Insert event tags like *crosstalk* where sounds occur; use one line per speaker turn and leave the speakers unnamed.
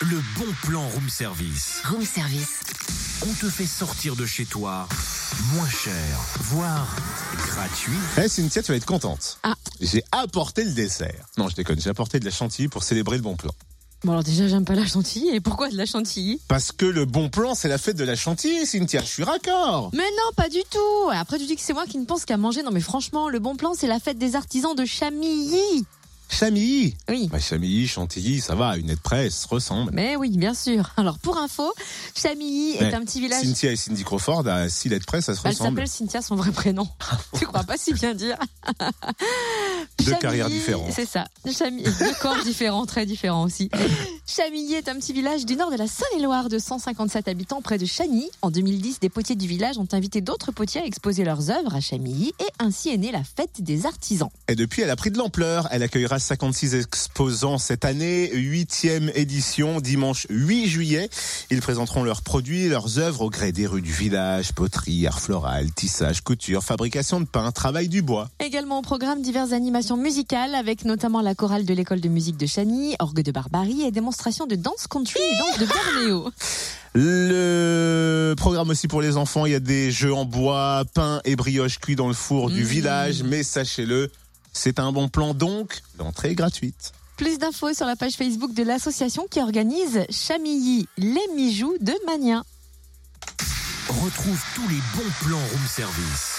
Le bon plan room service.
Room service.
On te fait sortir de chez toi moins cher, voire gratuit.
Eh Cynthia, tu vas être contente.
Ah.
J'ai apporté le dessert. Non, je déconne, j'ai apporté de la chantilly pour célébrer le bon plan.
Bon alors déjà j'aime pas la chantilly et pourquoi de la chantilly
Parce que le bon plan, c'est la fête de la chantilly, Cynthia, je suis raccord.
Mais non pas du tout Après tu dis que c'est moi qui ne pense qu'à manger, non mais franchement le bon plan c'est la fête des artisans de Chamilly
Chamilly.
Oui
Bah, Chamilly, chantilly, ça va, une aide presse, ressemble.
mais oui, bien sûr. Alors pour info, Chamilly est
Mais
un petit village.
Cynthia et Cindy Crawford, à si l'aide presse, ça se
Elle
ressemble.
s'appelle Cynthia, son
*laughs*
vrai prénom. tu crois pas si bien dire
Ah Deux carrières différentes.
C'est ça. Chamilly, deux corps différents, très différents aussi. Chamilly est un petit village du nord de la Saône-et-Loire de 157 habitants près de Chagny. En 2010, des potiers du village ont invité d'autres potiers à exposer leurs œuvres à Chamilly et ainsi est née la fête des artisans.
Et depuis, elle a pris de l'ampleur. Elle accueillera 56 exposants cette année, huitième édition, dimanche 8 juillet. Ils présenteront leurs produits, leurs œuvres au gré des rues du village, poterie, art floral, tissage, couture, fabrication de pain, travail du bois.
Également au programme diverses animations musicales avec notamment la chorale de l'école de musique de Chagny, orgue de Barbarie et démonstration de danse country et danse de
*laughs*
Bornéo.
Le programme aussi pour les enfants, il y a des jeux en bois, pain et brioche cuit dans le four du
Mmh.
village, mais sachez-le, c'est un bon plan donc, l'entrée est gratuite.
Plus d'infos sur la page Facebook de l'association qui organise Chamilly, les mijoux de Mania.
Retrouve tous les bons plans room service.